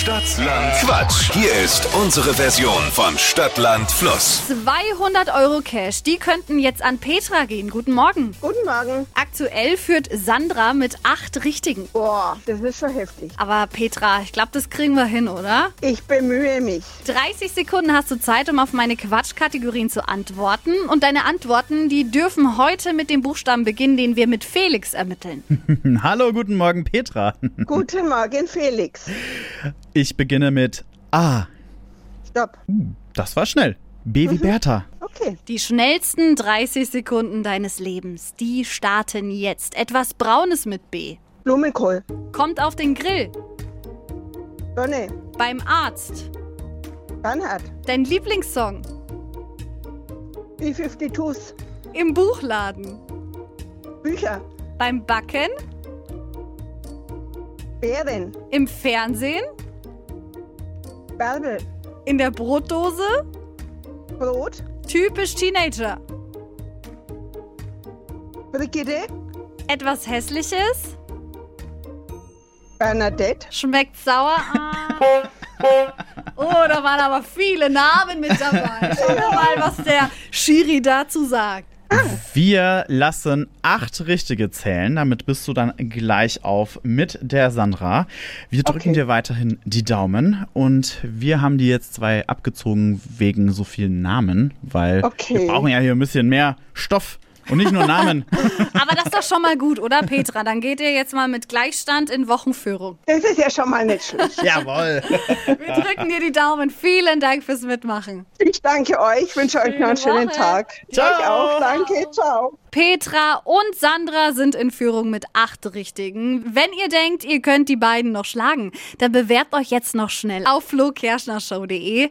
Stadtland Quatsch. Hier ist unsere Version von Stadtland Fluss. 200 Euro Cash, die könnten jetzt an Petra gehen. Guten Morgen. Guten Morgen. Aktuell führt Sandra mit acht Richtigen. Boah, das ist schon heftig. Aber Petra, ich glaube, das kriegen wir hin, oder? Ich bemühe mich. 30 Sekunden hast du Zeit, um auf meine Quatschkategorien zu antworten. Und deine Antworten, die dürfen heute mit dem Buchstaben beginnen, den wir mit Felix ermitteln. Hallo, guten Morgen, Petra. Guten Morgen, Felix. Ich beginne mit A. Stopp. Das war schnell. B wie Mhm. Bertha. Okay. Die schnellsten 30 Sekunden deines Lebens, die starten jetzt. Etwas Braunes mit B. Blumenkohl. Kommt auf den Grill. Sonne. Beim Arzt. Bernhard. Dein Lieblingssong. Die 52s. Im Buchladen. Bücher. Beim Backen. Bären. Im Fernsehen. Bärbel. In der Brotdose. Brot. Typisch Teenager. Brigitte. Etwas Hässliches. Bernadette. Schmeckt sauer. Ah. Oh, da waren aber viele Namen mit dabei. Schauen wir mal, was der Schiri dazu sagt. Ah. Wir lassen acht richtige zählen. Damit bist du dann gleich auf mit der Sandra. Wir drücken Okay. dir weiterhin die Daumen und wir haben dir jetzt zwei abgezogen wegen so vielen Namen, weil Okay. wir brauchen ja hier ein bisschen mehr Stoff und nicht nur Namen. Aber das ist doch schon mal gut, oder Petra? Dann geht ihr jetzt mal mit Gleichstand in Wochenführung. Das ist ja schon mal nicht schlecht. Jawohl. Wir drücken dir die Daumen. Vielen Dank fürs Mitmachen. Ich danke euch, wünsche euch noch einen Schöne schönen Woche. Tag. Ciao. Euch auch, danke, ciao. Petra und Sandra sind in Führung mit acht Richtigen. Wenn ihr denkt, ihr könnt die beiden noch schlagen, dann bewerbt euch jetzt noch schnell auf flokerschnershow.de.